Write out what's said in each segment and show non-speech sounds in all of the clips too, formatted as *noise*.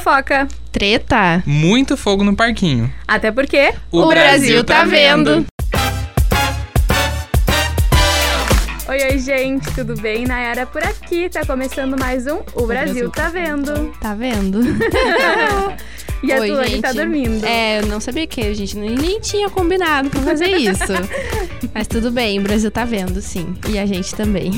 Fofoca. Treta. Muito fogo no parquinho. Até porque. O, Brasil, tá vendo. Oi, oi, gente, tudo bem? Nayara por aqui. Tá começando mais um O Brasil, Brasil Tá Vendo. Tá vendo? E a Oi, Tulane tá gente. dormindo. É, eu não sabia que a gente nem, nem tinha combinado pra fazer *laughs* isso. Mas tudo bem, o Brasil tá vendo, sim. E a gente também.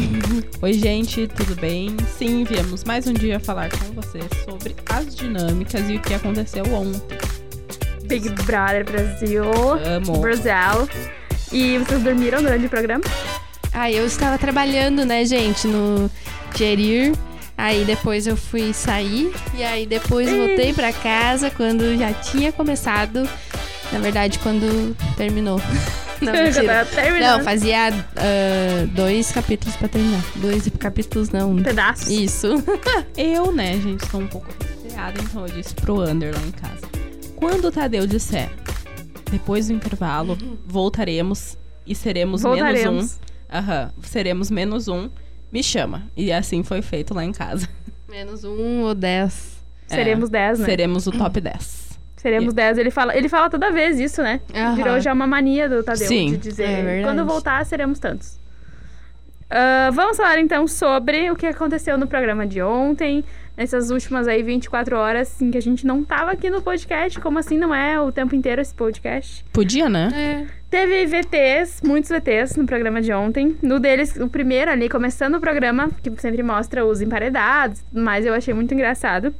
Oi, gente, tudo bem? Sim, viemos mais um dia falar com vocês sobre as dinâmicas e o que aconteceu ontem. Big Brother Brasil. Amo. Brasil. E vocês dormiram durante o programa? Ah, eu estava trabalhando, né, gente, no gerir. Aí depois eu fui sair e aí depois voltei pra casa quando já tinha começado. Na verdade, quando *laughs* terminou. Não, Eu tava mentira. tá terminando. Não, fazia ah, dois capítulos pra terminar. Dois capítulos, não. um pedaço. Isso. Eu, né, gente, estou um pouco atrapalhada, então eu disse pro Under lá em casa. Quando o Tadeu disser, depois do intervalo, voltaremos e seremos menos um. Uhum. Voltaremos. Aham, seremos menos um, me chama. E assim foi feito lá em casa. Menos um ou dez. É, Seremos 10, né? Seremos o top 10. Seremos 10. Ele fala, ele fala toda vez isso, né? Aham. Virou já uma mania do Tadeu Sim, de dizer. é verdade. Quando voltar, seremos tantos. Ah, vamos falar então sobre o que aconteceu no programa de ontem, nessas últimas aí 24 horas em que a gente não tava aqui no podcast, como assim não é o tempo inteiro esse podcast? Podia, né? É. Teve VTs, muitos VTs no programa de ontem. No deles, o primeiro ali, começando o programa, que sempre mostra os emparedados, mas eu achei muito engraçado.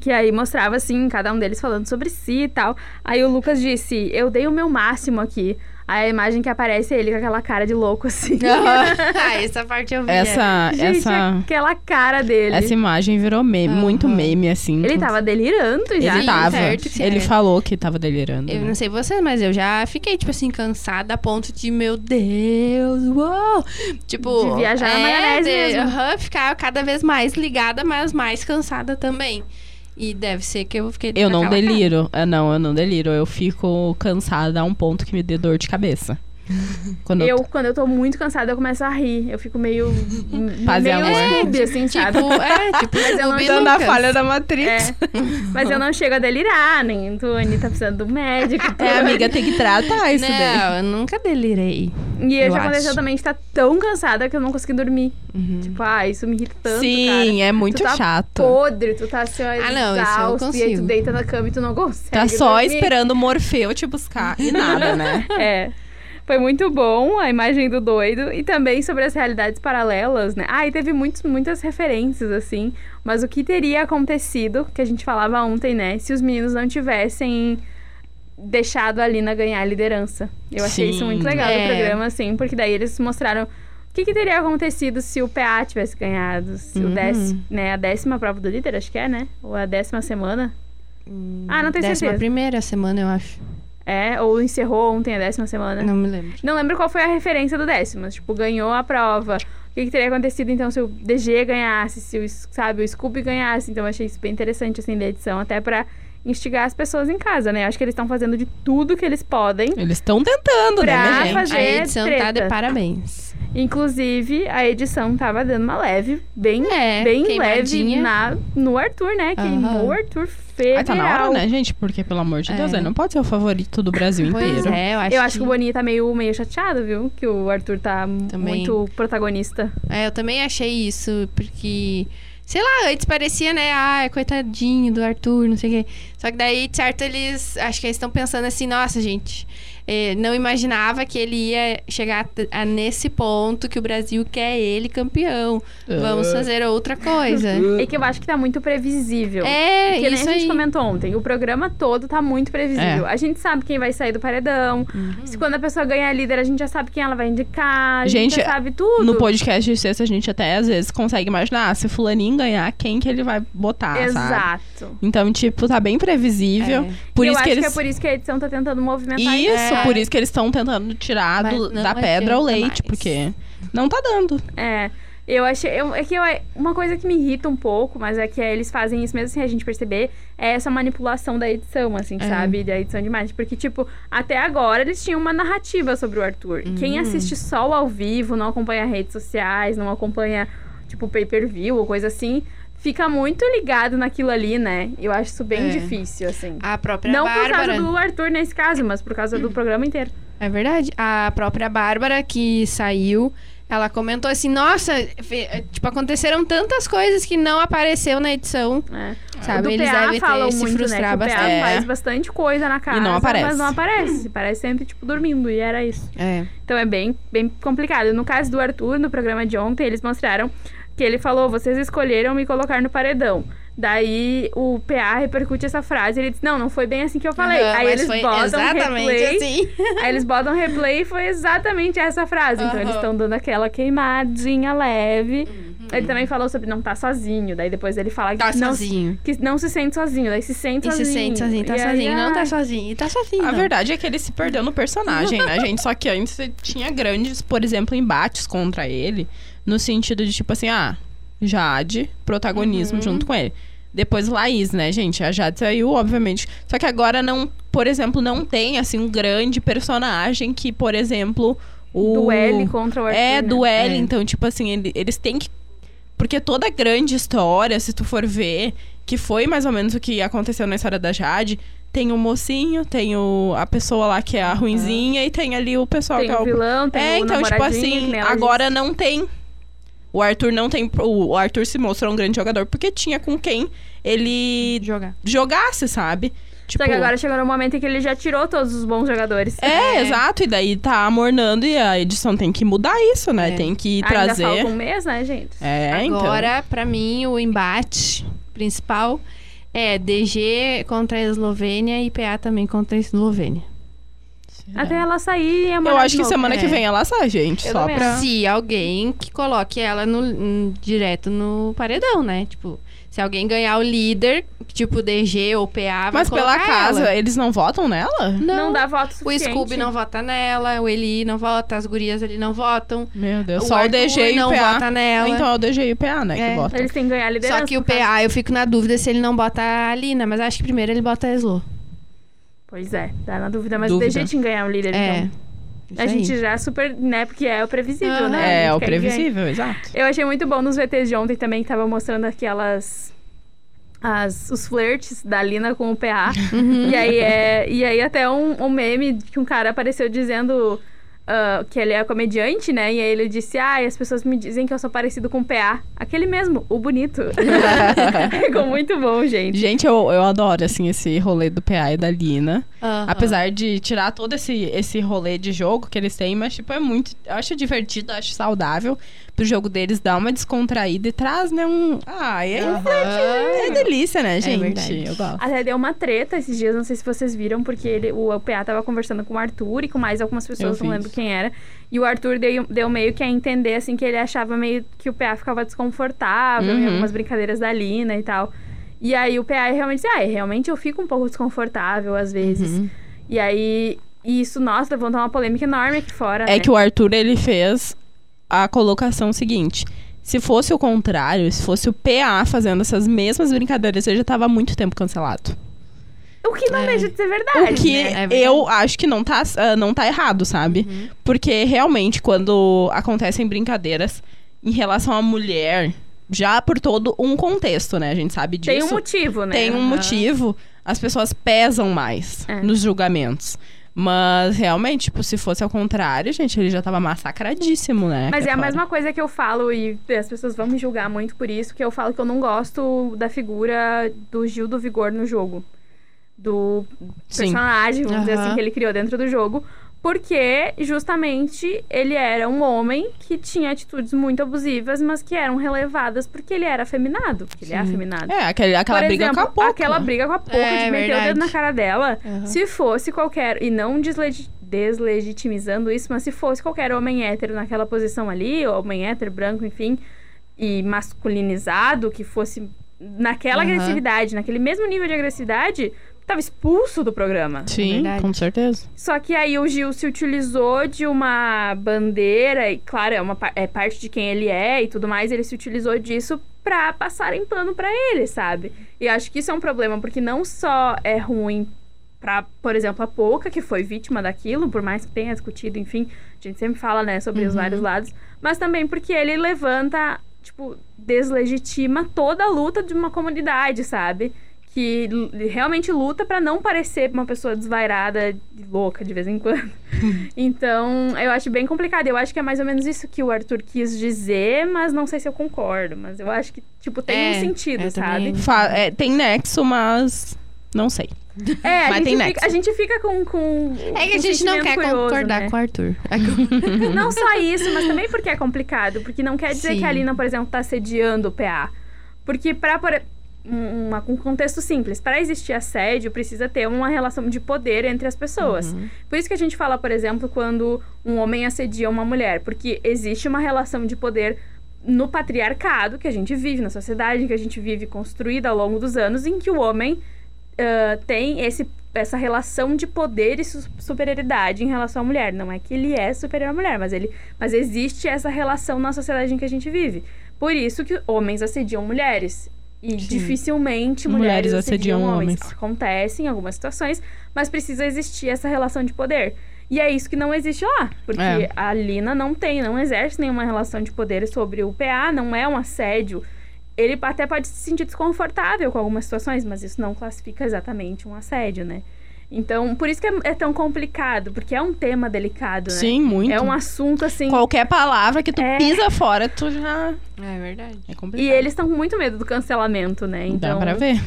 Que aí mostrava, assim, cada um deles falando sobre si e tal. Aí o Lucas disse, eu dei o meu máximo aqui. Aí a imagem que aparece é ele com aquela cara de louco, *laughs* assim. *laughs* ah, essa parte eu vi. é. Essa, Gente, essa, aquela cara dele. essa imagem virou meme, muito Aham. meme, assim. Ele com- tava delirando já. Ele Sim, tava. certo que ele é. falou que tava delirando. Eu né? não sei vocês, mas eu já fiquei, tipo assim, cansada a ponto de, meu Deus, uou! Tipo, De viajar na é, maionese de- mesmo. aham, ficar cada vez mais ligada, mas mais cansada também. E deve ser que eu fiquei. Eu não naquela cara. deliro. É, não, eu não deliro. Eu fico cansada a um ponto que me dê dor *laughs* de cabeça. Quando eu, Eu, quando eu tô muito cansada, eu começo a rir. Eu fico meio... Fazer meio amor. Scooby, assim, sabe? Tipo, é, tipo, Mas eu não Scooby tô tô na Lucas. falha da Matrix. É. Mas eu não chego a delirar, nem tu, Ani, tá precisando do médico. tu- *laughs* É. amiga, tem que tratar isso daí. Não, eu nunca delirei. E eu já aconteceu acho. também de tá tão cansada que eu não consegui dormir. Uhum. Tipo, ah, isso me irrita tanto, Sim, é muito Tu tá chato. cara. Podre, tu tá assim, ó, Ah, não, isso eu exausto, e aí tu consigo. deita na cama e tu não *laughs* consegue Tá só dormir. esperando o Morfeu te buscar. E *laughs* nada, né? É. Foi muito bom a imagem do doido e também sobre as realidades paralelas, né? Ah, e teve muitos, muitas referências, assim. Mas o que teria acontecido, que a gente falava ontem, né? Se os meninos não tivessem deixado a Lina ganhar a liderança. Eu achei Sim. isso muito legal É. no programa, assim, porque daí eles mostraram o que, que teria acontecido se o PA tivesse ganhado, se o Uhum. décimo, né? A décima prova do líder, acho que é, né? Ou a décima semana. Ah, não tenho Décima certeza. primeira semana, eu acho. É, ou encerrou ontem a décima semana. Não me lembro. Não lembro qual foi a referência do décimo, mas, tipo, ganhou a prova. O que, que teria acontecido, então, se o DG ganhasse, se o, sabe, o Scooby ganhasse. Então, eu achei isso bem interessante, assim, da edição, até pra instigar as pessoas em casa, né? Acho que eles estão fazendo de tudo que eles podem. Eles estão tentando, né, Pra minha gente? fazer- A edição tá treta. de parabéns. Inclusive, a edição tava dando uma leve, bem, É, bem leve queimadinha. na, no Arthur, né? Queimou Aham. o Arthur Ai, federal. tá na hora, né, gente? Porque, pelo amor de É. Deus, ele não pode ser o favorito do Brasil Pois inteiro. é, eu acho eu acho que o Boninho tá meio, meio chateado, viu? Que o Arthur tá Também. muito protagonista. É, eu também achei isso, porque. Sei lá, antes parecia, né? Ah, coitadinho do Arthur, não sei o quê. Só que daí, de certo, eles. Acho que eles estão pensando assim, nossa, gente. eh, não imaginava que ele ia chegar a, a nesse ponto que o Brasil quer ele campeão. É. Vamos fazer outra coisa. *laughs* É que eu acho que tá muito previsível. é, que nem isso a gente aí. comentou ontem, o programa todo tá muito previsível. É. A gente sabe quem vai sair do paredão. Uhum. Se quando a pessoa ganha a líder, a gente já sabe quem ela vai indicar. A gente, Gente, já sabe tudo. No podcast de sexta, a gente até às vezes consegue imaginar ah, se fulaninho ganhar, quem que ele vai botar, Ah, sabe? Exato. Então, tipo, tá bem previsível. É. Por E eu isso acho que eles. é por isso que a edição tá tentando movimentar Isso, É. por isso que eles estão tentando tirar Mas do- não da pedra o adianta mais. leite, porque não tá dando. É. Eu achei. eu- é que eu- é uma coisa que me irrita um pouco, mas é que eles fazem isso mesmo sem a gente perceber, é essa manipulação da edição, assim, É. sabe? Da edição de imagem. Porque, tipo, até agora eles tinham uma narrativa sobre o Arthur. Quem Hum. assiste só o ao vivo, não acompanha redes sociais, não acompanha, tipo, pay per view ou coisa assim. fica muito ligado naquilo ali, né? Eu acho isso bem É. difícil, assim. A própria Não por Bárbara. causa do Arthur nesse caso, mas por causa *clears throat* do programa inteiro. É verdade. A própria Bárbara, que saiu, ela comentou assim: nossa, fe- tipo, aconteceram tantas coisas que não apareceu na edição. né? Sabe? do Eles PA devem ter falam se muito, frustrar né? Que O bastante. É. PA faz bastante coisa na casa, aparece. mas não aparece. Parece sempre, tipo, dormindo. E era isso. É. Então é bem, bem complicado. No caso do Arthur, no programa de ontem, eles mostraram que ele falou: vocês escolheram me colocar no paredão. Daí o PA repercute essa frase, ele diz: Não, não foi bem assim que eu falei. Aham, aí mas eles foi botam um exatamente replay. assim. Aí eles botam um replay e foi exatamente essa frase. Então Aham. Uhum. eles estão dando aquela queimadinha leve. Ele também falou sobre não estar sozinho. Daí depois ele fala Tá que, não, sozinho. que não se sente sozinho. Daí se sente E se sozinho. sente sozinho, tá E aí, é sozinho. Não ai, tá sozinho, e tá sozinho. A não. verdade é que ele se perdeu no personagem, né, gente? Só que antes ele tinha grandes, por exemplo, embates contra ele, no sentido de tipo assim, ah, Jade, protagonismo junto com ele. Depois Laís, né, gente? A Jade saiu, obviamente. Só que agora não, por exemplo, não tem assim um grande personagem que, por exemplo, o Duele contra o Arthur. né? é, do L, É. então, tipo assim, ele- eles têm que. Porque toda grande história, se tu for ver, que foi mais ou menos o que aconteceu na história da Jade, tem o mocinho, tem o, a pessoa lá que é a ruinzinha e tem ali o pessoal Ah. Tem que é o o. vilão, tem é, o então, tipo namoradinho, que assim, nem ela disse. agora não tem. O Arthur não tem. O Arthur se mostrou um grande jogador porque tinha com quem ele Jogar. jogasse, sabe? Tipo, Só que agora chegou no momento em que ele já tirou todos os bons jogadores. É, exato, e daí tá amornando e a edição tem que mudar isso, né? É. Tem que Ainda trazer. falta um mês, né, gente? É, então. Agora, pra mim, o embate principal é DG contra a Eslovênia e PA também contra a Eslovênia. Até ela sair e Eu acho que semana semana que é. vem ela sai, gente. Eu só também pra. acho. Se alguém que coloque ela no, hum, direto no paredão, né? Tipo, se alguém ganhar o líder, tipo DG ou PA, vai Mas pela colocar casa, é. ela. eles não votam nela? Não, Não, dá voto o suficiente. Scooby não vota nela, o Eli não vota, as gurias ali não votam. Meu Deus. só o Arthur DG e o não PA. vota nela. Então é o DG e o PA, né? É. Que votam. Eles têm que ganhar a Então, liderança. tá? Só que o no caso. PA, eu fico na dúvida se ele não bota a Alina, mas acho que primeiro ele bota a Eslo. Pois é, tá na dúvida. Mas Dúvida. o DG tinha que ganhar o líder, É. então. A gente já super, né? Porque é o previsível, Aham. né? A É, gente o quer que ganhe. previsível, exato. Eu achei muito bom nos VTs de ontem também, que tava mostrando aquelas... As, os flirts da Lina com o PA. E, aí é, e aí até um, um meme que um cara apareceu dizendo ah, que ele é comediante, né? E aí ele disse, ah, as pessoas me dizem que eu sou parecido com o PA. Aquele mesmo, o bonito. Ficou muito bom, gente. Gente, eu, eu adoro, assim, esse rolê do PA e da Lina. Apesar de tirar todo esse, esse rolê de jogo que eles têm, mas, tipo, é muito. Eu acho divertido, eu acho saudável pro jogo deles dar uma descontraída e traz, né? Um. Ah, é, é delícia, né, gente? verdade. eu gosto. Até deu uma treta esses dias, não sei se vocês viram, porque ele, o PA tava conversando com o Arthur e com mais algumas pessoas, Eu não vi lembro isso. quem era. E o Arthur deu, deu meio que a entender, assim, que ele achava meio que o PA ficava desconfortável em Uhum. algumas brincadeiras da Lina e tal. E aí o PA realmente disse, ah, é, realmente eu fico um pouco desconfortável às Uhum. vezes. Uhum. E aí, e isso, nossa, levantou uma polêmica enorme aqui fora, É né? que o Arthur, ele fez a colocação seguinte. Se fosse o contrário, se fosse o PA fazendo essas mesmas brincadeiras, ele já tava há muito tempo cancelado. O que não É. deixa de ser O verdade. que né? É verdade. Uhum. eu acho que não tá, ah, não tá errado, sabe? Porque realmente, quando acontecem brincadeiras em relação à mulher, já por todo um contexto, né? A gente sabe disso. Tem um motivo, né? Tem um motivo, as pessoas pesam mais É. nos julgamentos. Mas realmente, tipo, se fosse ao contrário, gente, ele já tava massacradíssimo, né? Mas aqui é a fora. mesma coisa que eu falo, e as pessoas vão me julgar muito por isso, que eu falo que eu não gosto da figura do Gil do Vigor no jogo. Do Sim. personagem, vamos dizer Aham. assim, que ele criou dentro do jogo. Porque, justamente, ele era um homem que tinha atitudes muito abusivas, mas que eram relevadas porque ele era afeminado. Porque ele é afeminado. É, aquele, aquela por briga exemplo, com a né? pouco. aquela briga com a pouco É, de meter o verdade. dedo na cara dela. Aham. Se fosse qualquer. E não deslegi- deslegitimizando isso, mas se fosse qualquer homem hétero naquela posição ali, ou homem hétero, branco, enfim, e masculinizado, que fosse naquela Aham. agressividade, naquele mesmo nível de agressividade, tava expulso do programa. Sim, É Verdade. com certeza. Só que aí o Gil se utilizou de uma bandeira, e claro, é, uma, pa- é parte de quem ele é e tudo mais, ele se utilizou disso pra passarem pano pra ele, sabe? E eu acho que isso é um problema, porque não só é ruim pra, por exemplo, a Pouca, que foi vítima daquilo, por mais que tenha discutido, enfim, a gente sempre fala, né, sobre os vários lados, mas também porque ele levanta tipo, deslegitima toda a luta de uma comunidade, sabe? Que l- realmente luta pra não parecer uma pessoa desvairada, e louca de vez em quando. então, eu acho bem complicado. Eu acho que é mais ou menos isso que o Arthur quis dizer, mas não sei se eu concordo. Mas eu acho que, tipo, tem É, um sentido, eu sabe? também- Fa- é, tem nexo, mas não sei. É, a Mas tem gente, fica, nexo. a gente fica com. com É que a um gente não sentimento quer curioso, concordar né? com *laughs* o Arthur. É *laughs* Não só isso, mas também porque é complicado. Porque não quer dizer Sim. que a Lina, por exemplo, tá sediando o PA. Porque pra... por- um- uma- um contexto simples. Para existir assédio, precisa ter uma relação de poder entre as pessoas. Uhum. Por isso que a gente fala, por exemplo, quando um homem assedia uma mulher. Porque existe uma relação de poder no patriarcado que a gente vive, na sociedade que a gente vive construída ao longo dos anos, em que o homem ah, tem esse, essa relação de poder e su- superioridade em relação à mulher. Não é que ele é superior à mulher, mas, ele, mas existe essa relação na sociedade em que a gente vive. Por isso que homens assediam mulheres. E dificilmente mulheres, Mulheres assediam, assediam homens. homens. Acontece em algumas situações, mas precisa existir essa relação de poder. E é isso que não existe lá. Porque É. a Lina não tem, não exerce nenhuma relação de poder sobre o PA, não é um assédio. Ele até pode se sentir desconfortável com algumas situações, mas isso não classifica exatamente um assédio, né? Então, por isso que é, é tão complicado, porque é um tema delicado, né? Sim, muito. É um assunto assim. Qualquer palavra que tu É. pisa fora, tu já. É verdade. É complicado. E eles estão com muito medo do cancelamento, né? Então, Dá pra ver.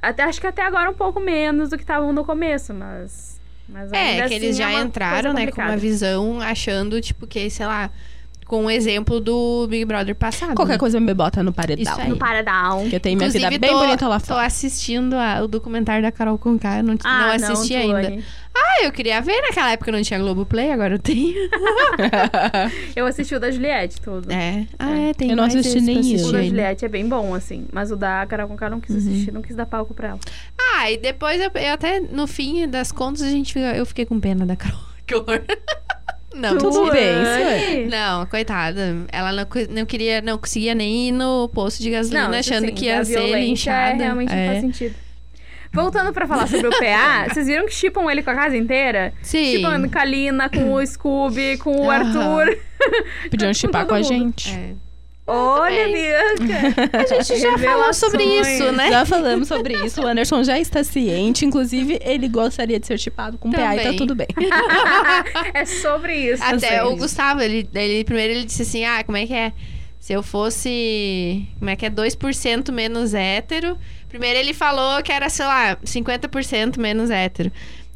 até, acho que até agora um pouco menos do que estavam no começo, mas. mas É, ainda assim que eles já é uma entraram, coisa né, com uma complicada. visão achando, tipo, que, sei lá, com o exemplo do Big Brother passado. Qualquer né? coisa me bota no paredão. Isso aí. No paredão. Porque eu tenho minha vida é Inclusive, bem tô- bonita lá Tô fora. assistindo a- o documentário da Carol Conká, eu não, Ah, não assisti ainda. Tuane. Ah, eu queria ver, naquela época não tinha Globoplay, agora eu tenho. Eu assisti o da Juliette todo. É. Ah, é, tem Eu não mais assisti esse pra nem assistir isso. O da ainda. Juliette é bem bom, assim. Mas o da Carol Conká não quis Uhum. assistir, não quis dar palco pra ela. Ah, e depois eu, eu até, no fim das contas, a gente, fica- eu fiquei com pena da Carol. *laughs* Que horror. Não, Tudo mentira. bem, isso é Não, coitada. Ela não, co- não queria, não conseguia nem ir no posto de gasolina, isso achando sim, que assim, da ia ser violência, linchada. É, realmente não faz sentido. Voltando pra falar sobre o *laughs* PA, vocês viram que chipam ele com a casa inteira? Sim. Chipam com a Lina, com o Scooby, com o Aham. Arthur. *laughs* Podiam com chipar todo com a mundo. gente. É. Olha, bem. Bianca! *laughs* A gente já falou sobre isso, né? Já falamos sobre isso. O Anderson já está ciente. Inclusive, ele gostaria de ser chipado com o PA e tá Também. *laughs* tudo bem. é sobre isso. Até gente. o Gustavo, ele, ele- primeiro ele disse assim: ah, como é que é? Se eu fosse. Como é que é? 2% menos hétero. Primeiro ele falou que era, sei lá, 50% menos hétero.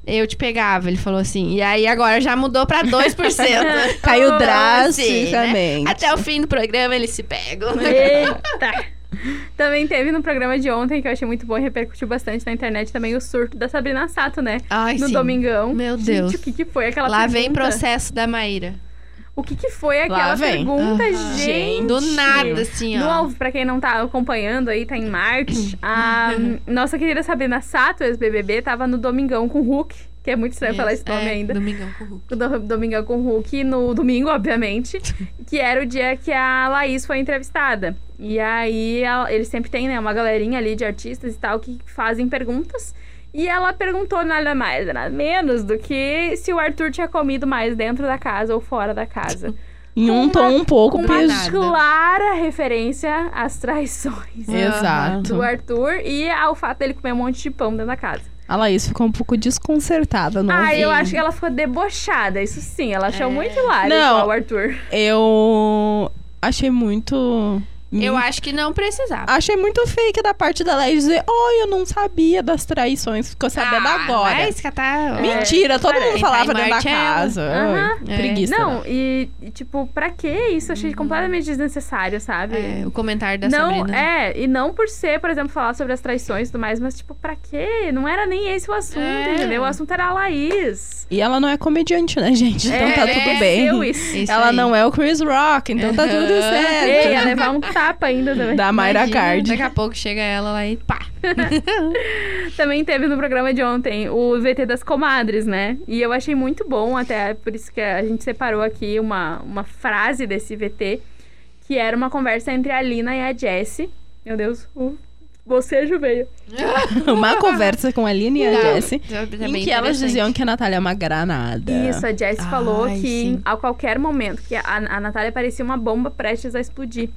Eu te pegava, ele falou assim. E aí agora já mudou pra 2%. *laughs* Caiu Ah, Então, assim, né? drasticamente. Até o fim do programa eles se pegam. Eita! Também teve no programa de ontem, que eu achei muito bom e repercutiu bastante na internet também, o surto da Sabrina Sato, né? Ai, no sim. Domingão. Meu Gente, Deus. o que, que foi aquela Lá pergunta? vem processo da Maíra. O que, que foi Lá aquela vem. pergunta, Aham. gente? Do nada, assim, No ó. alvo, pra quem não tá acompanhando aí, tá em *clears throat* Marte. A nossa querida Sabrina Sato, ex-BBB, tava no Domingão com o Hulk, que é muito estranho falar esse nome É, ainda. Domingão com o Hulk. O do- Domingão com o Hulk, no domingo, obviamente, que era o dia que a Laís foi entrevistada. E aí, ela- eles sempre têm, né, uma galerinha ali de artistas e tal que fazem perguntas. E ela perguntou nada mais, nada menos do que se o Arthur tinha comido mais dentro da casa ou fora da casa. Em um tom um pouco Com uma pis- pesado. clara referência às traições É. Exato. do Arthur e ao fato dele comer um monte de pão dentro da casa. A Laís ficou um pouco desconcertada no ah, eu ouvido. acho que ela ficou debochada, isso sim. Ela achou É. muito hilário Não. igual o Arthur. Eu achei muito. hum, Eu acho que não precisava. Achei muito fake da parte da Laís dizer, oh, eu não sabia das traições, ficou tá sabendo Ah, agora. Vai escatar. Mentira, todo é, Peraí, mundo tá falava em dentro da Marte é casa. ela. Ai, Aham. É. Preguiça. Não, e, e, tipo, pra que isso? Eu Achei completamente desnecessário, sabe? Uhum. É, o comentário da não, Sabrina. é, e não por ser, por exemplo, falar sobre as traições e tudo mais, mas, tipo, pra quê? Não era nem esse o assunto, É. entendeu? O assunto era a Laís. E ela não é comediante, né, gente? Então É, tá é, tudo bem. eu *laughs* isso. Isso Ela aí. não é o Chris Rock, então tá tudo Aham. É. Ei, ia certo. levar um tapa ainda também. Da Mayra Imagina, Card. Daqui a pouco chega ela lá e pá. Também teve no programa de ontem o VT das comadres, né? E eu achei muito bom, até por isso que a gente separou aqui uma, uma frase desse VT, que era uma conversa entre a Lina e a Jessie. Meu Deus, o bocejo veio. *laughs* Uma conversa com a Aline e a Jessie. Tá bem Em que elas interessante. diziam que a Natália é uma granada. Isso, a Jessie falou É. Ai, que sim. a qualquer momento, que a, a Natália parecia uma bomba prestes a explodir.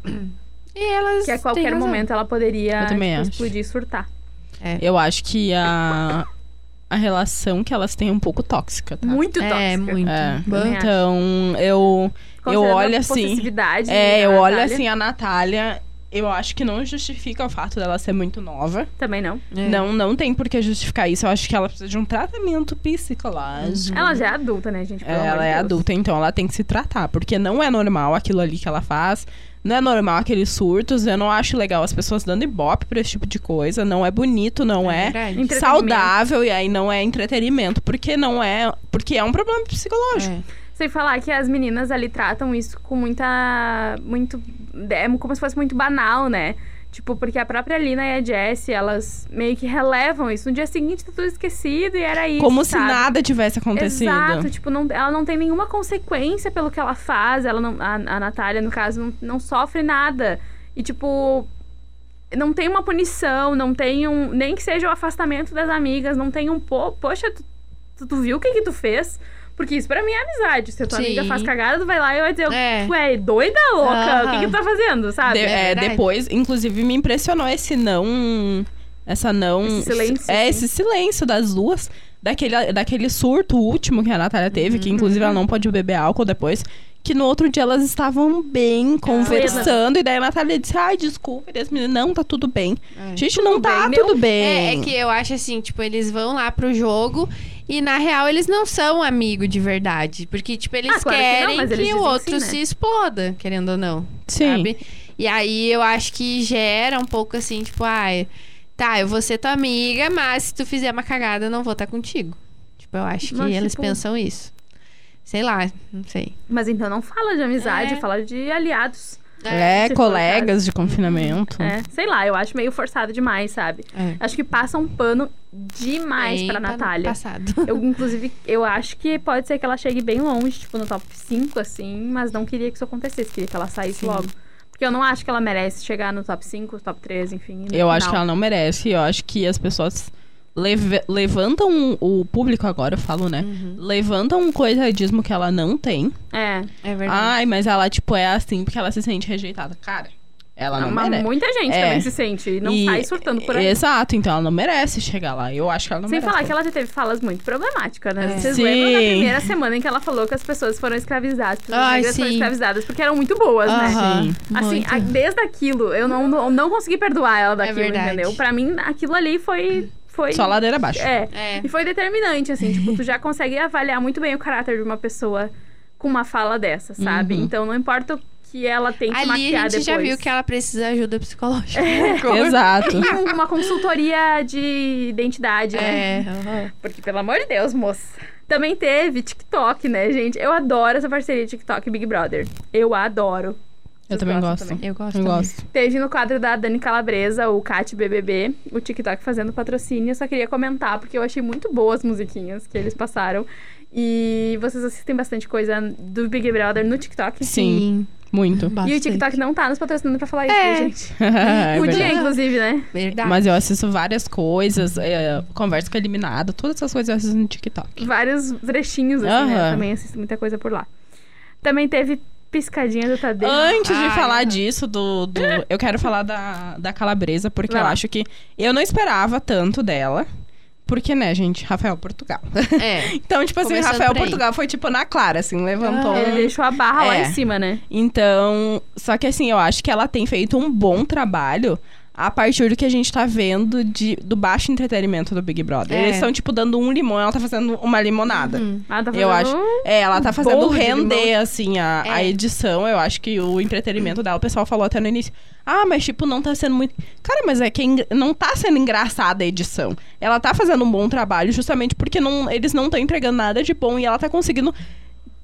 E elas. Que a têm qualquer razão. Tá. momento ela poderia Eu também tipo, acho. explodir e surtar. Eu acho que a, a relação que elas têm é um pouco tóxica, tá? Muito tóxica. É, muito. É. Também acho. Então, eu. Considerando eu olho a assim- possessividade É, da eu olho Natália, assim a Natália. Eu acho que não justifica o fato dela ser muito nova. Também não. É. Não, não tem por que justificar isso. Eu acho que ela precisa de um tratamento psicológico. Ela já é adulta, né, gente? Pelo É, amor ela de é Deus. adulta, então ela tem que se tratar, porque não é normal aquilo ali que ela faz, não é normal aqueles surtos, eu não acho legal as pessoas dando ibope pra esse tipo de coisa, não é bonito, não é, verdade. Entretenimento. saudável e aí não é entretenimento, porque não é, porque é um problema psicológico. É. Sem falar que as meninas ali tratam isso com muita. Muito. É como se fosse muito banal, né? Tipo, porque a própria Lina e a Jessie, elas meio que relevam isso. No dia seguinte tá tudo esquecido e era isso. Como se É, sabe? nada tivesse acontecido. Exato, tipo, não, ela não tem nenhuma consequência pelo que ela faz. Ela não, a, a Natália, no caso, não, não sofre nada. E, tipo, não tem uma punição, não tem um. Nem que seja o afastamento das amigas, não tem um. po- Poxa, tu, tu- tu viu o que, que tu fez? Porque isso pra mim é amizade. Se a tua Sim. amiga faz cagada, tu vai lá e vai dizer, É. ué, doida louca, o que, que Aham. tu tá fazendo, sabe? De- é é, verdade. depois, inclusive, me impressionou esse não. Essa não. Esse silêncio, É, assim. esse silêncio das duas. Daquele, daquele surto último que a Natália teve, que inclusive Uhum. ela não pôde beber álcool depois. Que no outro dia elas estavam bem, conversando. E daí a Natália disse: Ai, desculpa. E daí as meninas, não, tá tudo bem. É. Gente, não tá bem, tudo É, bem. é que eu acho assim, tipo, eles vão lá pro jogo e na real eles não são amigos de verdade. Porque, tipo, eles Ah, claro que não, querem mas que, eles o dizem que outro sim, né? se exploda, querendo ou não. Sim. Sabe? né, E aí eu acho que gera um pouco assim, tipo, ai, tá, eu vou ser tua amiga, mas se tu fizer uma cagada, eu não vou estar contigo. Tipo, eu acho que Mas, eles tipo- pensam isso. Sei lá, não sei. Mas então não fala de amizade, É. fala de aliados. É, se for o colegas de confinamento. É, Hum. sei lá, eu acho meio forçado demais, sabe? É. Acho que passa um pano demais Bem Ah, é pra pa- Natália. tá Passado. Eu, inclusive, eu acho que pode ser que ela chegue bem longe, tipo, no top 5, assim, mas não queria que isso acontecesse, queria que ela saísse Sim. logo. Porque eu não acho que ela merece chegar no top 5, top 3, enfim. no Eu acho que final. ela não merece. Eu acho que as pessoas leve- levantam o público agora, eu falo, né? Uhum. Levantam um coitadismo que ela não tem. É, É verdade. Ai, mas ela, tipo, é assim porque ela se sente rejeitada. Cara, ela não mas merece. muita gente É. também se sente, e não E- sai surtando por aí. Exato, então ela não merece chegar lá. Eu acho que ela não Sem merece. falar que ela já teve falas muito problemáticas, né? É. Vocês lembram da Sim. primeira semana em que ela falou que as pessoas foram escravizadas, que as Ai, negras foram sim. escravizadas porque eram muito boas, né? Aham, Sim. Assim, muito. É a- desde aquilo, eu não, não, não consegui perdoar ela daquilo, verdade. entendeu? Pra mim, aquilo ali foi. foi Só ladeira abaixo. É. É. E foi determinante, assim. tipo, tu *laughs* já consegue avaliar muito bem o caráter de uma pessoa com uma fala dessa, sabe? Uhum. Então, não importa o que ela tem que Ali a maquiar gente depois. É. já viu que ela precisa de ajuda psicológica. *laughs* assim? *laughs* Exato. E um, uma consultoria de identidade, né? É. aham. Porque, pelo amor de Deus, moça. Também teve TikTok, né, gente? Eu adoro essa parceria TikTok e Big Brother. Eu adoro. Vocês Eu também gostam gosto. Eu gosto. Eu também. gosto. Teve no quadro da Dani Calabresa, o Cat BBB, o TikTok fazendo patrocínio. Eu só queria comentar, porque eu achei muito boas as musiquinhas que eles passaram. E vocês assistem bastante coisa do Big Brother no TikTok. Sim, muito. E o bastante. TikTok não tá nos patrocinando pra falar isso, É. né, gente. *laughs* É Podia, verdade. inclusive, né? Verdade. Mas eu assisto várias coisas, é, converso com a eliminada, todas essas coisas eu assisto no TikTok. Vários trechinhos, assim, né? Eu Aham. também assisto muita coisa por lá. Também teve piscadinha do Tadeu. Antes de Ai, falar aham. disso, *laughs* do, do- eu quero falar da, da calabresa, porque Vai eu lá. acho que eu não esperava tanto dela. Porque, né, gente, Rafael Portugal. *laughs* É. Então, tipo assim, Começando Rafael por aí. Portugal foi, tipo, na clara, assim, levantou. Ah, Ele um- deixou a barra lá É. em cima, né? Então, só que assim, eu acho que ela tem feito um bom trabalho a partir do que a gente tá vendo de, do baixo entretenimento do Big Brother. É. Eles estão, tipo, dando um limão, ela tá fazendo uma limonada. Ela tá fazendo... Eu acho. É, ela tá fazendo bolo de render, assim, a, a É. edição. Eu acho que o entretenimento dela, o pessoal falou até no início. Ah, mas tipo, não tá sendo muito. Cara, mas é que é engra- não tá sendo engraçada a edição. Ela tá fazendo um bom trabalho, justamente porque não, eles não estão entregando nada de bom e ela tá conseguindo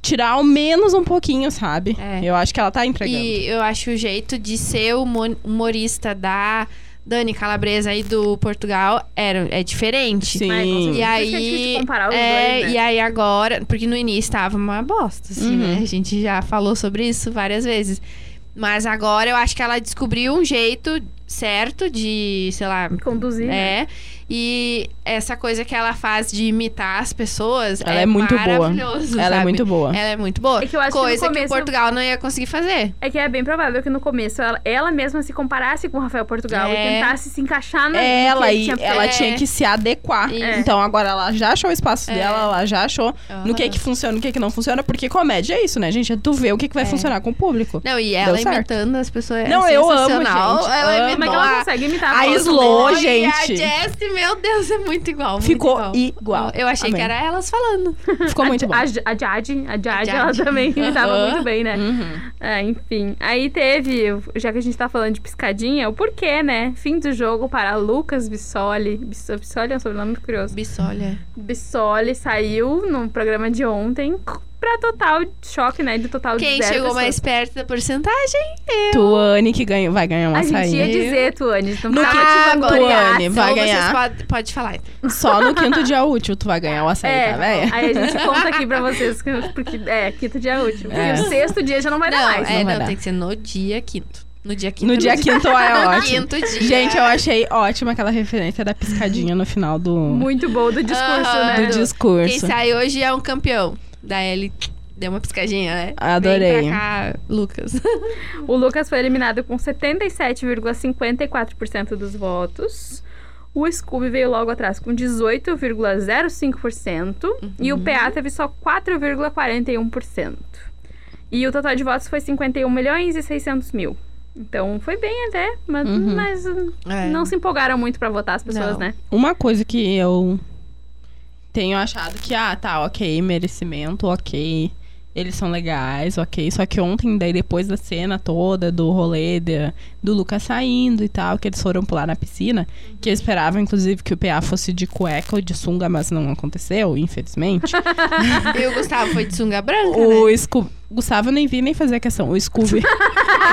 tirar ao menos um pouquinho, sabe? É. Eu acho que ela tá entregando. E eu acho o jeito de ser humo- humorista da Dani Calabresa e do Portugal era, é diferente. Sim. Ai, com certeza. Por E isso que é aí, difícil comparar os é, dois, né? e aí agora, porque no início tava uma bosta, assim, Uhum. né? A gente já falou sobre isso várias vezes. Mas agora eu acho que ela descobriu um jeito certo de, sei lá, Conduzir. né? é. E essa coisa que ela faz de imitar as pessoas Ela é muito boa. maravilhoso, Ela é sabe? muito boa. Ela é muito boa. É que eu acho que no coisa que, começo- o Portugal não ia conseguir fazer. É que é bem provável que no começo ela, ela mesma se comparasse com o Rafael Portugal e É. tentasse se encaixar na É no que ela ele e tinha feito. ela É. tinha que se adequar. Isso. Então agora ela já achou o espaço É. dela, ela já achou no que que funciona, no que que não funciona, porque comédia é isso, né, gente? É tu ver o que que vai É. funcionar com o público. Não, e ela certo. imitando as pessoas. é Não, eu amo, sensacional. gente. Ela Amo. imitou Como é que ela a- consegue imitar a voz do Slow, Léo? Oi, gente. A Jess, meu Deus, é muito igual. muito Ficou igual. igual. Eu achei Amém. que era elas falando. Ficou muito bom. A, J- a Jade, a Jade, A ela Jade. também imitava Aham. muito bem, né? Uhum. É, enfim. Aí teve, já que a gente tá falando de piscadinha, o porquê, né? Fim do jogo para Lucas Bissoli. Bisso- Bissoli é um sobrenome muito curioso. Bissolha. Bissoli saiu no programa de ontem pra total choque, né? Do total de Quem zero chegou pessoas. mais perto da porcentagem? Eu. Tuane que ganha, vai ganhar uma A gente ia saída. dizer, Tuane. Não No tava tipo que- te Tuane, vangloriar. Tuane, vai Ah, Ou ganhar. Vocês pode, pode falar. então. Só no quinto dia útil tu vai ganhar o açaí, É, tá, velho? aí a gente conta aqui pra vocês, que- porque é, quinto dia útil. Porque É. o sexto dia já não vai dar Não, mais. é, não vai não, dar. tem que ser no dia quinto. No dia quinto. No dia *laughs* quinto é ótimo. Quinto dia. Gente, eu achei ótima aquela referência da piscadinha no final do, Muito bom do discurso, Aham. né? do do- Quem discurso. sai hoje é um campeão. Daí ele deu uma piscadinha, né? Adorei. Vem pra cá, Lucas. O Lucas foi eliminado com 77,54% dos votos. O Scooby veio logo atrás com 18,05%. E Uhum. o PA teve só 4,41%. E o total de votos foi 51 milhões e 600 mil. Então foi bem até, mas, Uhum. mas, uh, É. *laughs* não se empolgaram muito pra votar as pessoas, Não. né? Uma coisa que eu tenho achado que, ah, tá, ok, merecimento, ok. Eles são legais, ok. Só que ontem, daí, depois da cena toda, do rolê de- do Lucas saindo e tal, que eles foram pular na piscina, que eu esperava, inclusive, que o PA fosse de cueca ou de sunga, mas não aconteceu, infelizmente. E o Gustavo foi de sunga branca, né? o Scooby. Gustavo eu nem vi nem fazer questão. O Scooby.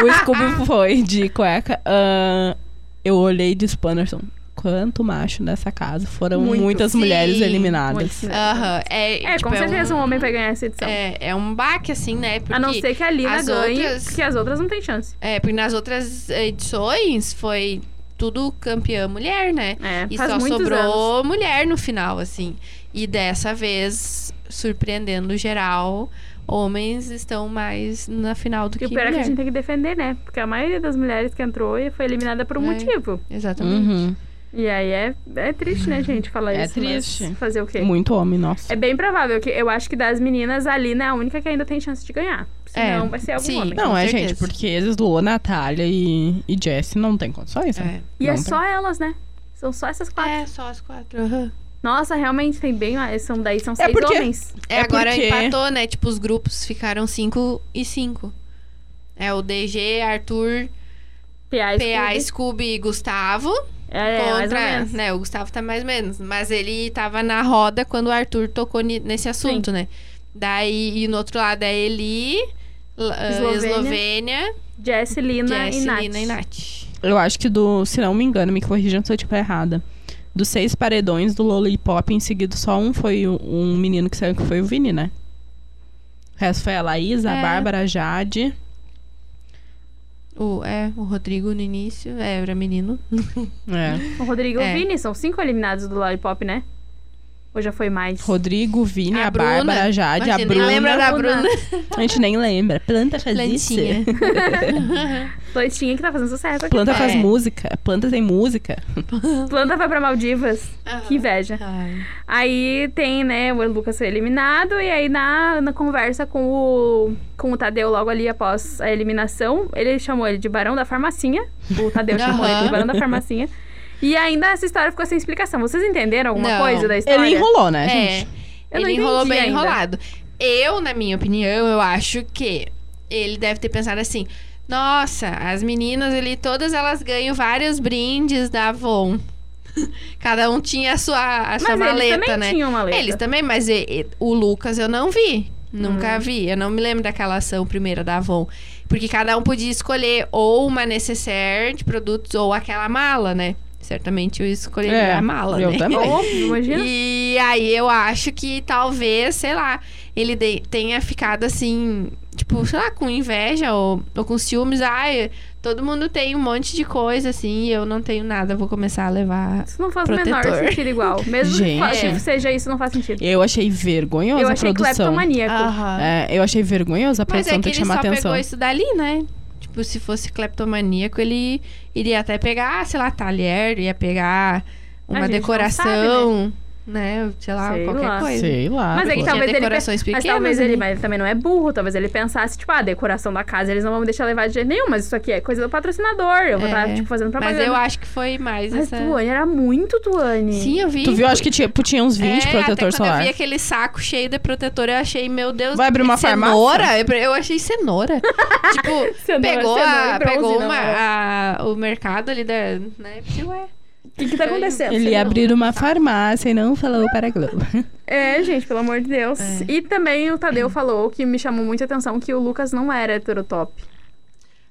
o Scooby foi de cueca. Ahn, eu olhei de Spannerson. Quanto macho nessa casa. Foram Muito. muitas Sim, mulheres eliminadas. Muito. Aham. É, É, tipo, com certeza um, um homem vai ganhar essa edição. É, é um baque, assim, né? Porque, a não ser que a Lina as ganhe, outras- que as outras não têm chance. É, porque nas outras edições foi tudo campeã mulher, né? É, E faz só muitos anos. sobrou mulher no final, assim. E dessa vez, surpreendendo geral, homens estão mais na final do E que o pior é que a mulher. gente tem que defender, né? Porque a maioria das mulheres que entrou e foi eliminada por um É. motivo. Exatamente. Uhuhum. E aí é, é triste, né, gente, falar É isso. mas triste. Fazer o quê? Muito homem, nossa. É bem provável que eu acho que das meninas, a Lina é a única que ainda tem chance de ganhar. Senão É, vai ser algum sim. homem. não, com é, certeza. gente, porque eles, Lua, Natália e, e Jessie não tem condições. É. né? E é não, só elas, né? São só essas quatro. É, só as quatro. aham. Nossa, realmente tem bem. São daí, são É seis porque- homens. É, É agora porque- empatou, né? Tipo, os grupos ficaram cinco e cinco. É o DG, Arthur, PA e PA, Scooby. Scooby e Gustavo. É, mais ou contra, menos. né? O Gustavo tá mais ou menos. Mas ele tava na roda quando o Arthur tocou ni- nesse assunto, né? Daí, e no outro lado é Eli, L- ah, Eslovênia. Eslovênia, Jess, Lina Jess, e Nath. Lina e Nath. Eu acho que do, se não me engano, me corrijam se eu estiver errada. Dos seis paredões do Lollipop, em seguida só um foi o- um menino que saiu, que foi o Vini, né? O resto foi a Laísa, É. a Bárbara, a Jade. O, é, o Rodrigo no início, é, era menino. É. O Rodrigo e o É. Vini são cinco eliminados do Lollipop, né? Ou já foi mais? Rodrigo, Vini, A a, Bruna. Bárbara, a Jade, a Imagina, nem Bruna. lembra da Bruna. Bruna, A gente nem lembra. Planta faz Plantinha. isso. *laughs* Plantinha que tá fazendo sucesso aqui. Planta faz É. música. Planta tem música. Planta vai pra Maldivas. *laughs* Que inveja. Ai. Aí tem, né, o Lucas foi eliminado. E aí na, na conversa com o, com o Tadeu, logo ali após a eliminação, ele chamou ele de Barão da Farmacinha. O *laughs* Tadeu chamou ele de Aham. Barão da Farmacinha. E ainda essa história ficou sem explicação. Vocês entenderam alguma Não. coisa da história? Ele enrolou, né, É, gente? Eu não ele enrolou entendi bem ainda. enrolado. Eu, na minha opinião, eu acho que ele deve ter pensado assim: nossa, as meninas ali, todas elas ganham vários brindes da Avon. *laughs* Cada um tinha a sua, a Mas sua eles maleta, também né? tinham uma maleta. Eles também, mas e- e- o Lucas eu não vi. Hum. Nunca vi. Eu não me lembro daquela ação primeira da Avon. Porque cada um podia escolher ou uma necessaire de produtos ou aquela mala, né? Certamente eu escolheria É, a mala, eu né? também. Óbvio, imagina. E aí eu acho que talvez, sei lá, ele de- tenha ficado assim, tipo, sei lá, com inveja ou, ou com ciúmes. Ai, Todo mundo tem um monte de coisa, assim, e eu não tenho nada, vou começar a levar. Isso não faz o menor Protetor. sentido igual. Mesmo que Gente. fa- tipo, seja isso, não faz sentido. Eu achei vergonhosa Eu a achei produção. cleptomaníaco. Ah. É, eu achei vergonhosa a Mas produção é que ter ele só chamado atenção. pegou isso dali, né? Tipo, se fosse kleptomaníaco, ele iria até pegar, sei lá, talher, ia pegar A uma gente não decoração, né? Sei lá, Sei qualquer lá. coisa. Sei lá. Mas é que Tinha pô. talvez ele decorações Mas pequenas. né? talvez ele, ali. mas ele também não é burro, talvez ele pensasse, tipo, ah, a decoração da casa eles não vão me deixar levar de jeito nenhum, mas isso aqui é coisa do patrocinador, eu vou É. estar, tipo, fazendo Mas propaganda. eu acho que foi mais Mas essa. Tuane era muito Tuane. Sim, eu vi. Tu viu? Acho que tipo, tinha uns 20 é, até protetor quando solar. Eu vi aquele saco cheio de protetor, eu achei, meu Deus. Vai abrir uma cenoura? Eu- Eu *laughs* achei cenoura. tipo, Cenoura, pegou, cenoura a- e bronze, pegou não, uma- é? a- o mercado ali da. Né? Porque, ué. O que que tá acontecendo? Ele é ia abrir uma farmácia e não falou para *laughs* a Globo. É, gente, pelo amor de Deus. É. E também o Tadeu falou que me chamou muita atenção que o Lucas não era heterotop.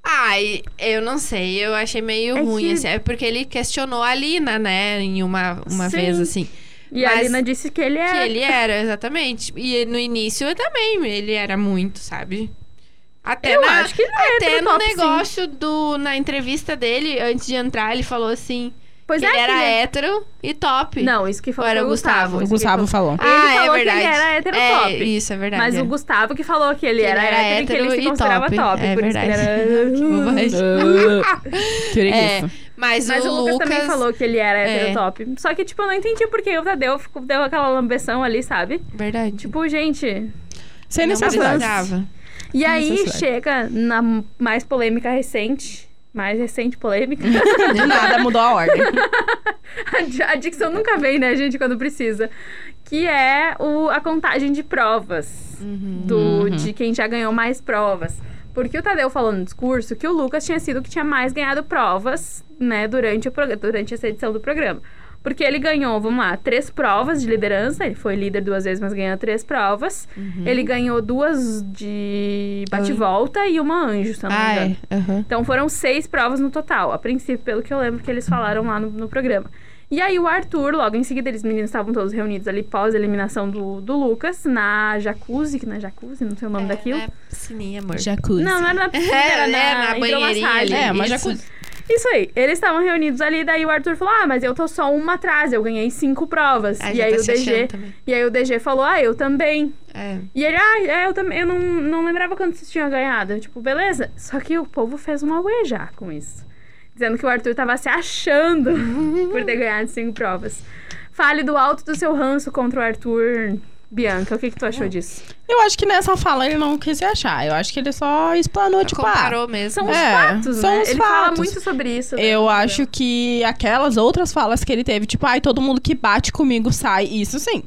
Ai, eu não sei, eu achei meio É ruim, que- assim. É porque ele questionou a Lina, né? Em uma, uma Sim. vez, assim. E a Mas- Alina disse que ele é. Que ele era, exatamente. E no início eu também, ele era muito, sabe? Até Eu na, acho que ele é até no heterotop, sim. negócio do. Na entrevista dele, antes de entrar, ele falou assim. Pois que é, ele era que ele é- hétero e top. Não, isso que falou Ou era foi o Gustavo? O isso que Gustavo falou. *laughs* falou. Ele ah, falou é que ele verdade. era hétero é, top. Isso, é verdade. Mas é. o Gustavo que falou que ele Que era, hétero e que ele se hétero e considerava top. top. É por isso que ele verdade. era... *laughs* *laughs* tipo, Que bobagem. Ah, Que É, preguiça. mas, Mas o Lucas, também falou que ele era É. heterotop. Só que, tipo, eu não entendi porque o Tadeu ficou- deu aquela lambeção ali, sabe? Verdade. Tipo, gente. Sem não *laughs* necessidade. precisava. E aí necessidade. chega na mais polêmica recente. Mais recente polêmica. *laughs* Do nada mudou a ordem. a di- a dicção nunca vem, né, gente, quando precisa. Que é o, a contagem de provas. Uhum. Do, De quem já ganhou mais provas. Porque o Tadeu falou no discurso que o Lucas tinha sido o que tinha mais ganhado provas, né, durante, o, prog- durante essa edição do programa. Porque ele ganhou, vamos lá, três provas de liderança. Ele foi líder duas vezes, mas ganhou três provas. Uhum. Ele ganhou duas de bate-volta e uma anjo, se eu não me Ah, engano. é. aham. Então foram seis provas no total, a princípio, pelo que eu lembro que eles falaram lá no, no programa. E aí o Arthur, logo em seguida, eles meninos estavam todos reunidos ali pós-eliminação do, do Lucas, na jacuzzi, que na jacuzzi, não sei o nome É, daquilo. na piscininha, amor. Uhum. Jacuzzi. Não, não era na piscina, *laughs* É, era na, é, na banheirinha hidromassagem. ali. É, mas Isso. jacuzzi. Isso aí, eles estavam reunidos ali, daí o Arthur falou, ah, mas eu tô só uma atrás, eu ganhei cinco provas. Ah, e já aí tá o se achando DG... também. E aí o DG falou, ah, eu também. É. E ele, ah, é, eu também, eu não, não lembrava quando vocês tinham ganhado. Eu, tipo, beleza. Só que o povo fez uma auê já com isso. Dizendo que o Arthur tava se achando *laughs* por ter ganhado cinco provas. Fale do alto do seu ranço contra o Arthur. Bianca, o que que tu achou disso? Eu acho que nessa fala ele não quis se achar. Eu acho que ele só explanou, tipo, ah, Comparou mesmo. São os É, fatos, são né? os ele fala fatos. muito sobre isso. né? eu acho que aquelas outras falas que ele teve, tipo, ai, todo mundo que bate comigo sai. Isso sim.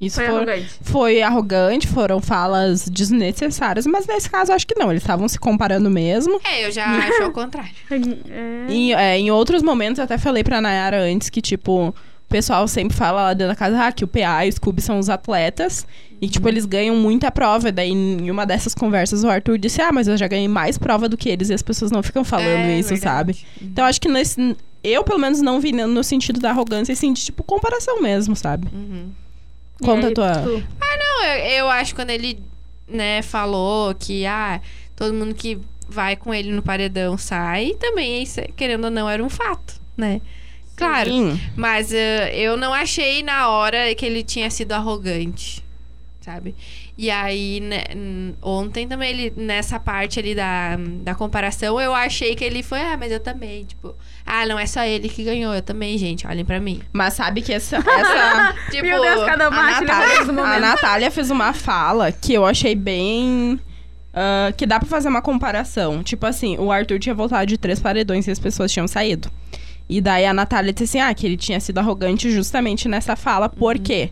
Isso Foi for- arrogante. foi arrogante, foram falas desnecessárias, mas nesse caso eu acho que não. Eles estavam se comparando mesmo. É, eu já acho ao contrário. É, Em, é, em outros momentos, eu até falei pra Nayara antes que, tipo, o pessoal sempre fala lá dentro da casa ah, que o PA e o Scooby são os atletas. E, tipo, eles ganham muita prova. Daí, em uma dessas conversas, o Arthur disse: Ah, mas eu já ganhei mais prova do que eles. E as pessoas não ficam falando É, isso, verdade. sabe? Então, acho que nesse. Eu, pelo menos, não vi no sentido da arrogância, e sim de, tipo, comparação mesmo, sabe? Uhum. e Conta aí, a tua. tu- Não, eu, eu acho quando ele, né, falou que, ah, todo mundo que vai com ele no paredão sai, também, isso, querendo ou não, era um fato, né? Claro, Sim. mas eh, eu não achei na hora que ele tinha sido arrogante, sabe? E aí, né, hum, ontem também, ele, nessa parte ali da, da comparação, eu achei que ele foi, ah, mas eu também, tipo, ah, não é só ele que ganhou, eu também, gente, olhem pra mim. Mas sabe que essa- essa Tipo, Meu Deus, cada A mate Natália, lembrando do a momento. Natália fez uma fala que eu achei bem. ah, que dá pra fazer uma comparação. Tipo assim, o Arthur tinha voltado de três paredões e as pessoas tinham saído. E daí a Natália disse assim: ah, que ele tinha sido arrogante justamente nessa fala, Uhum. porque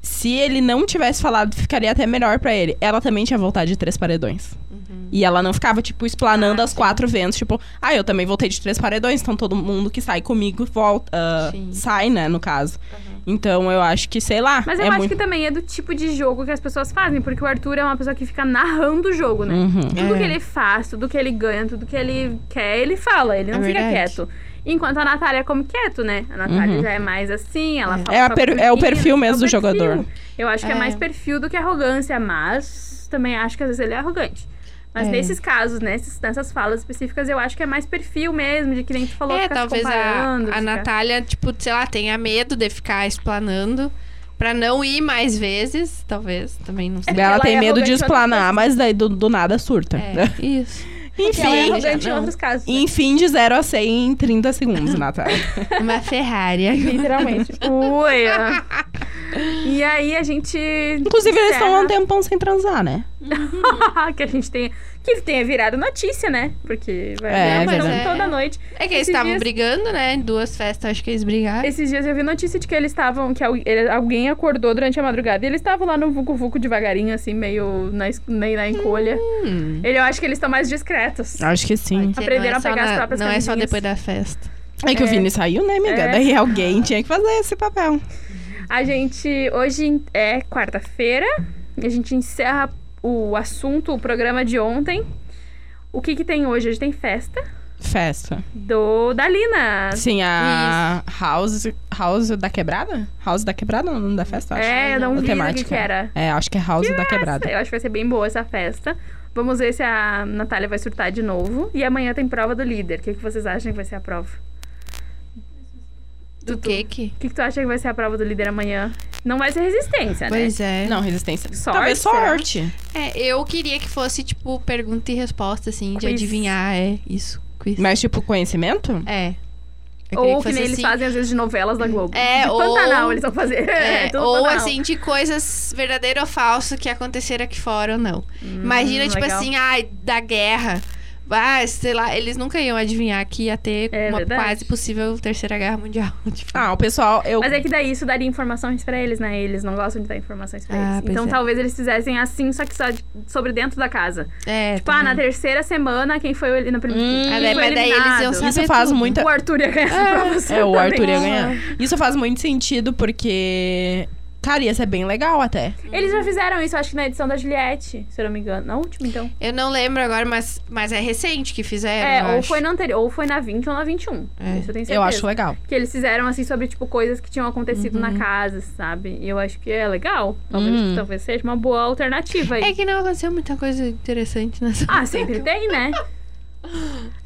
se ele não tivesse falado, ficaria até melhor pra ele. Ela também tinha voltado de três paredões. Uhum. E ela não ficava, tipo, explanando as quatro ventos, tipo, ah, eu também voltei de três paredões, então todo mundo que sai comigo volta. ah, Sim. sai, né, no caso. Então eu acho que, sei lá. Mas eu é acho muito... que também é do tipo de jogo que as pessoas fazem, porque o Arthur é uma pessoa que fica narrando o jogo, né? Uhum. Tudo É. que ele faz, tudo que ele ganha, tudo que ele quer, ele fala, ele não É fica verdade. quieto. Enquanto a Natália come quieto, né? A Natália já é mais assim, ela fala. Uhum. É a só per- é o por ir, perfil mesmo do jogador. Eu acho que é. É. mais perfil do que arrogância, mas também acho que às vezes ele é arrogante. Mas É. nesses casos, nesses- nessas falas específicas, eu acho que é mais perfil mesmo, de que nem tu falou, é, ficar um se talvez a, comparando. a ficar- Natália, tipo, sei lá, tenha medo de ficar explanando pra não ir mais vezes, talvez, também não sei. porque Ela ela tem é medo arrogante de em outras explanar, mas daí do, do nada surta. né? É, isso. *laughs* Porque ela é Enfim, arrogante em não. outros casos. né? Enfim, de 0 a 100 em 30 *laughs* segundos, Natália. Uma Ferrari. Literalmente. Ui. E aí a gente. Inclusive, eles estão há um encerra- tempão sem transar, né? *laughs* que a gente tem. Que tenha virado notícia, né? Porque vai É, virar, mas não verdade. toda noite. É que Esses eles estavam dias- brigando, né? Em duas festas, acho que eles brigaram. Esses dias eu vi notícia de que eles estavam. Que al- ele- alguém acordou durante a madrugada e eles estavam lá no Vucu Vucu devagarinho, assim, meio na, es- meio na encolha. Hum. Ele, eu acho que eles estão mais discretos. Acho que sim. Quer dizer, Aprenderam não a só pegar as na- próprias Não é só camisinhas. depois da festa. É que o É. Vini saiu, né, amiga? É. Daí alguém tinha que fazer esse papel. A gente. Hoje é quarta-feira. A gente encerra o assunto, o programa de ontem. O que, que tem hoje? Hoje tem festa Festa. do da Lina. Sim, a House, House da Quebrada? House da Quebrada é o nome da festa? eu acho. É, eu não A vi o que, temática. que era. É, acho que é House da Quebrada. Eu acho que vai ser bem boa essa festa. Vamos ver se a Natália vai surtar de novo. E amanhã tem prova do líder. O que, que vocês acham que vai ser a prova? Do que que? O que, que tu acha que vai ser a prova do líder amanhã? Não vai ser resistência, né? Pois é. Não, resistência. Sorte, Talvez será? sorte. É, eu queria que fosse, tipo, pergunta e resposta, assim, de Quiz. adivinhar. É, isso. Quiz. Mas, tipo, conhecimento? É. Eu queria Ou que, fosse nem eles assim. fazem às vezes de novelas da Globo. É, de ou- Pantanal eles vão fazer. *laughs* É, tudo ou Pantanal. assim, de coisas verdadeiro ou falso que aconteceram aqui fora ou não. Imagina, tipo Hum, legal. assim, ai, da guerra. Ah, sei lá, eles nunca iam adivinhar que ia ter É uma verdade. quase possível terceira guerra mundial. *laughs* Tipo, Ah, o pessoal, eu. Mas é que daí isso daria informações pra eles, né? Eles não gostam de dar informações pra Ah, eles. pois Então é. talvez eles fizessem assim, só que só de- sobre dentro da casa. é, Tipo, ah, na também. terceira semana, quem foi ele na primeira. Hum. quem Ah, daí- foi mas daí eles iam eliminado? saber Isso faz tudo. muita. O Arthur ia ganhar *laughs* essa prova. É, o certamente. Arthur ia ganhar. Isso faz muito sentido porque. Cara, ia ser bem legal até. Eles já fizeram isso, acho que na edição da Juliette, se eu não me engano. Na última, então. Eu não lembro agora, mas, mas é recente que fizeram. É, eu ou acho. foi na anterior, ou foi na 20 ou na 21. É. Isso eu tenho certeza. Eu acho legal. Que eles fizeram, assim, sobre, tipo, coisas que tinham acontecido Uhum. na casa, sabe? E eu acho que é legal. Talvez, Uhum. talvez seja uma boa alternativa aí. Hum. É que não aconteceu muita coisa interessante nessa. Ah, sempre tem, né? *laughs*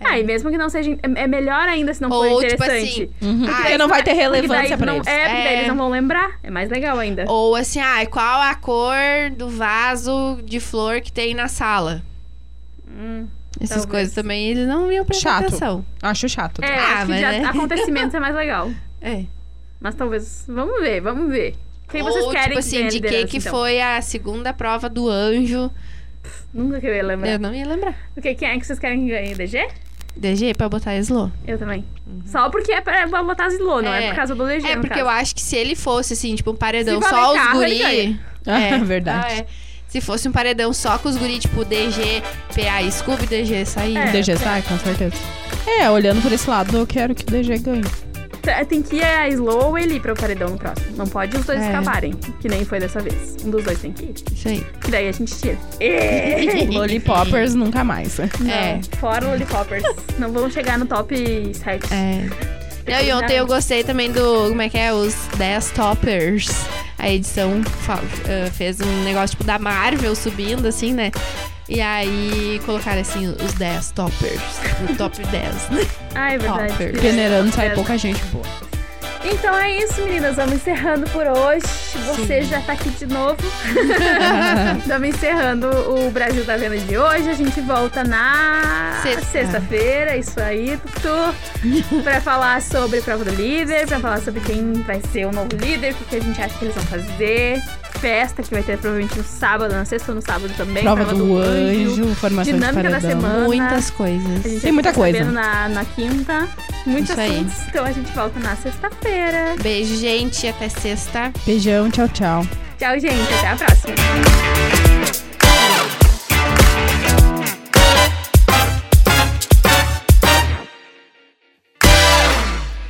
Ah, e mesmo que não seja... É é melhor ainda se não for Ou, tipo interessante. assim, Uhum. Ah, porque isso não vai ter Porque é- daí relevância pra não, eles. É, porque daí É. eles não vão lembrar. É mais legal ainda. Ou assim, ah, qual a cor do vaso de flor que tem na sala? Hum. Essas Talvez. coisas também eles não iam prestar Chato. atenção. Acho chato. É, Ah, acho que mas de *laughs* é. a- acontecimentos é mais legal. É. Mas talvez... Vamos ver, vamos ver. Quem vocês Ou, querem tipo assim, ganhe de que liderança, que então? foi a segunda prova do anjo. Nunca que eu ia lembrar. Eu não ia lembrar. Porque quem é que vocês querem que ganhe? DG? DG pra botar slow. Eu também. Só porque é pra pra botar Zilô, não é, Uhum. É. por causa do DG. É, no porque caso. eu acho que se ele fosse, assim, tipo, um paredão Se só valer os carro, ele guri... ganha. *laughs* É verdade. Ah, é. Se fosse um paredão só com os guri, tipo, DG, PA, Scooby, DG sair. É. DG sai, com certeza. É, olhando por esse lado, eu quero que o DG ganhe. Tá, Tem que ir a Slow ou ele ir pro paredão no próximo. Não pode os dois É. escaparem, que nem foi dessa vez. Um dos dois tem que ir. Isso aí. E daí a gente tira. É. Lollipoppers nunca mais. Não, *laughs* É. Fora Lollipoppers. não vão chegar no top 7. É. Não, e ontem eu gostei também do. Como é que é? Os 10 toppers. A edição fa- ah, fez um negócio tipo da Marvel subindo, assim, né? E aí colocaram assim os 10 toppers. *laughs* O top 10. né? Ah, é verdade. Toppers. Generando sai pouca gente boa. Então é isso, meninas. Vamos encerrando por hoje. Você já tá aqui de *laughs* novo. Estamos encerrando o Brasil da Venda de hoje. A gente volta na Sexta. sexta-feira, isso aí, Tutu. *laughs* pra falar sobre prova do líder, pra falar sobre quem vai ser o novo líder, o que a gente acha que eles vão fazer. Festa que vai ter provavelmente no sábado, na sexta ou no sábado também. Prova do anjo, formação dinâmica de da paredão. semana. Muitas A coisas. gente Tem muita vai ficar coisa. sabendo Na, na quinta. Muitos Isso aí. assuntos. Então a gente volta na sexta-feira. Beijo, gente. Até sexta. Beijão, tchau, tchau. Tchau, gente. Até a próxima.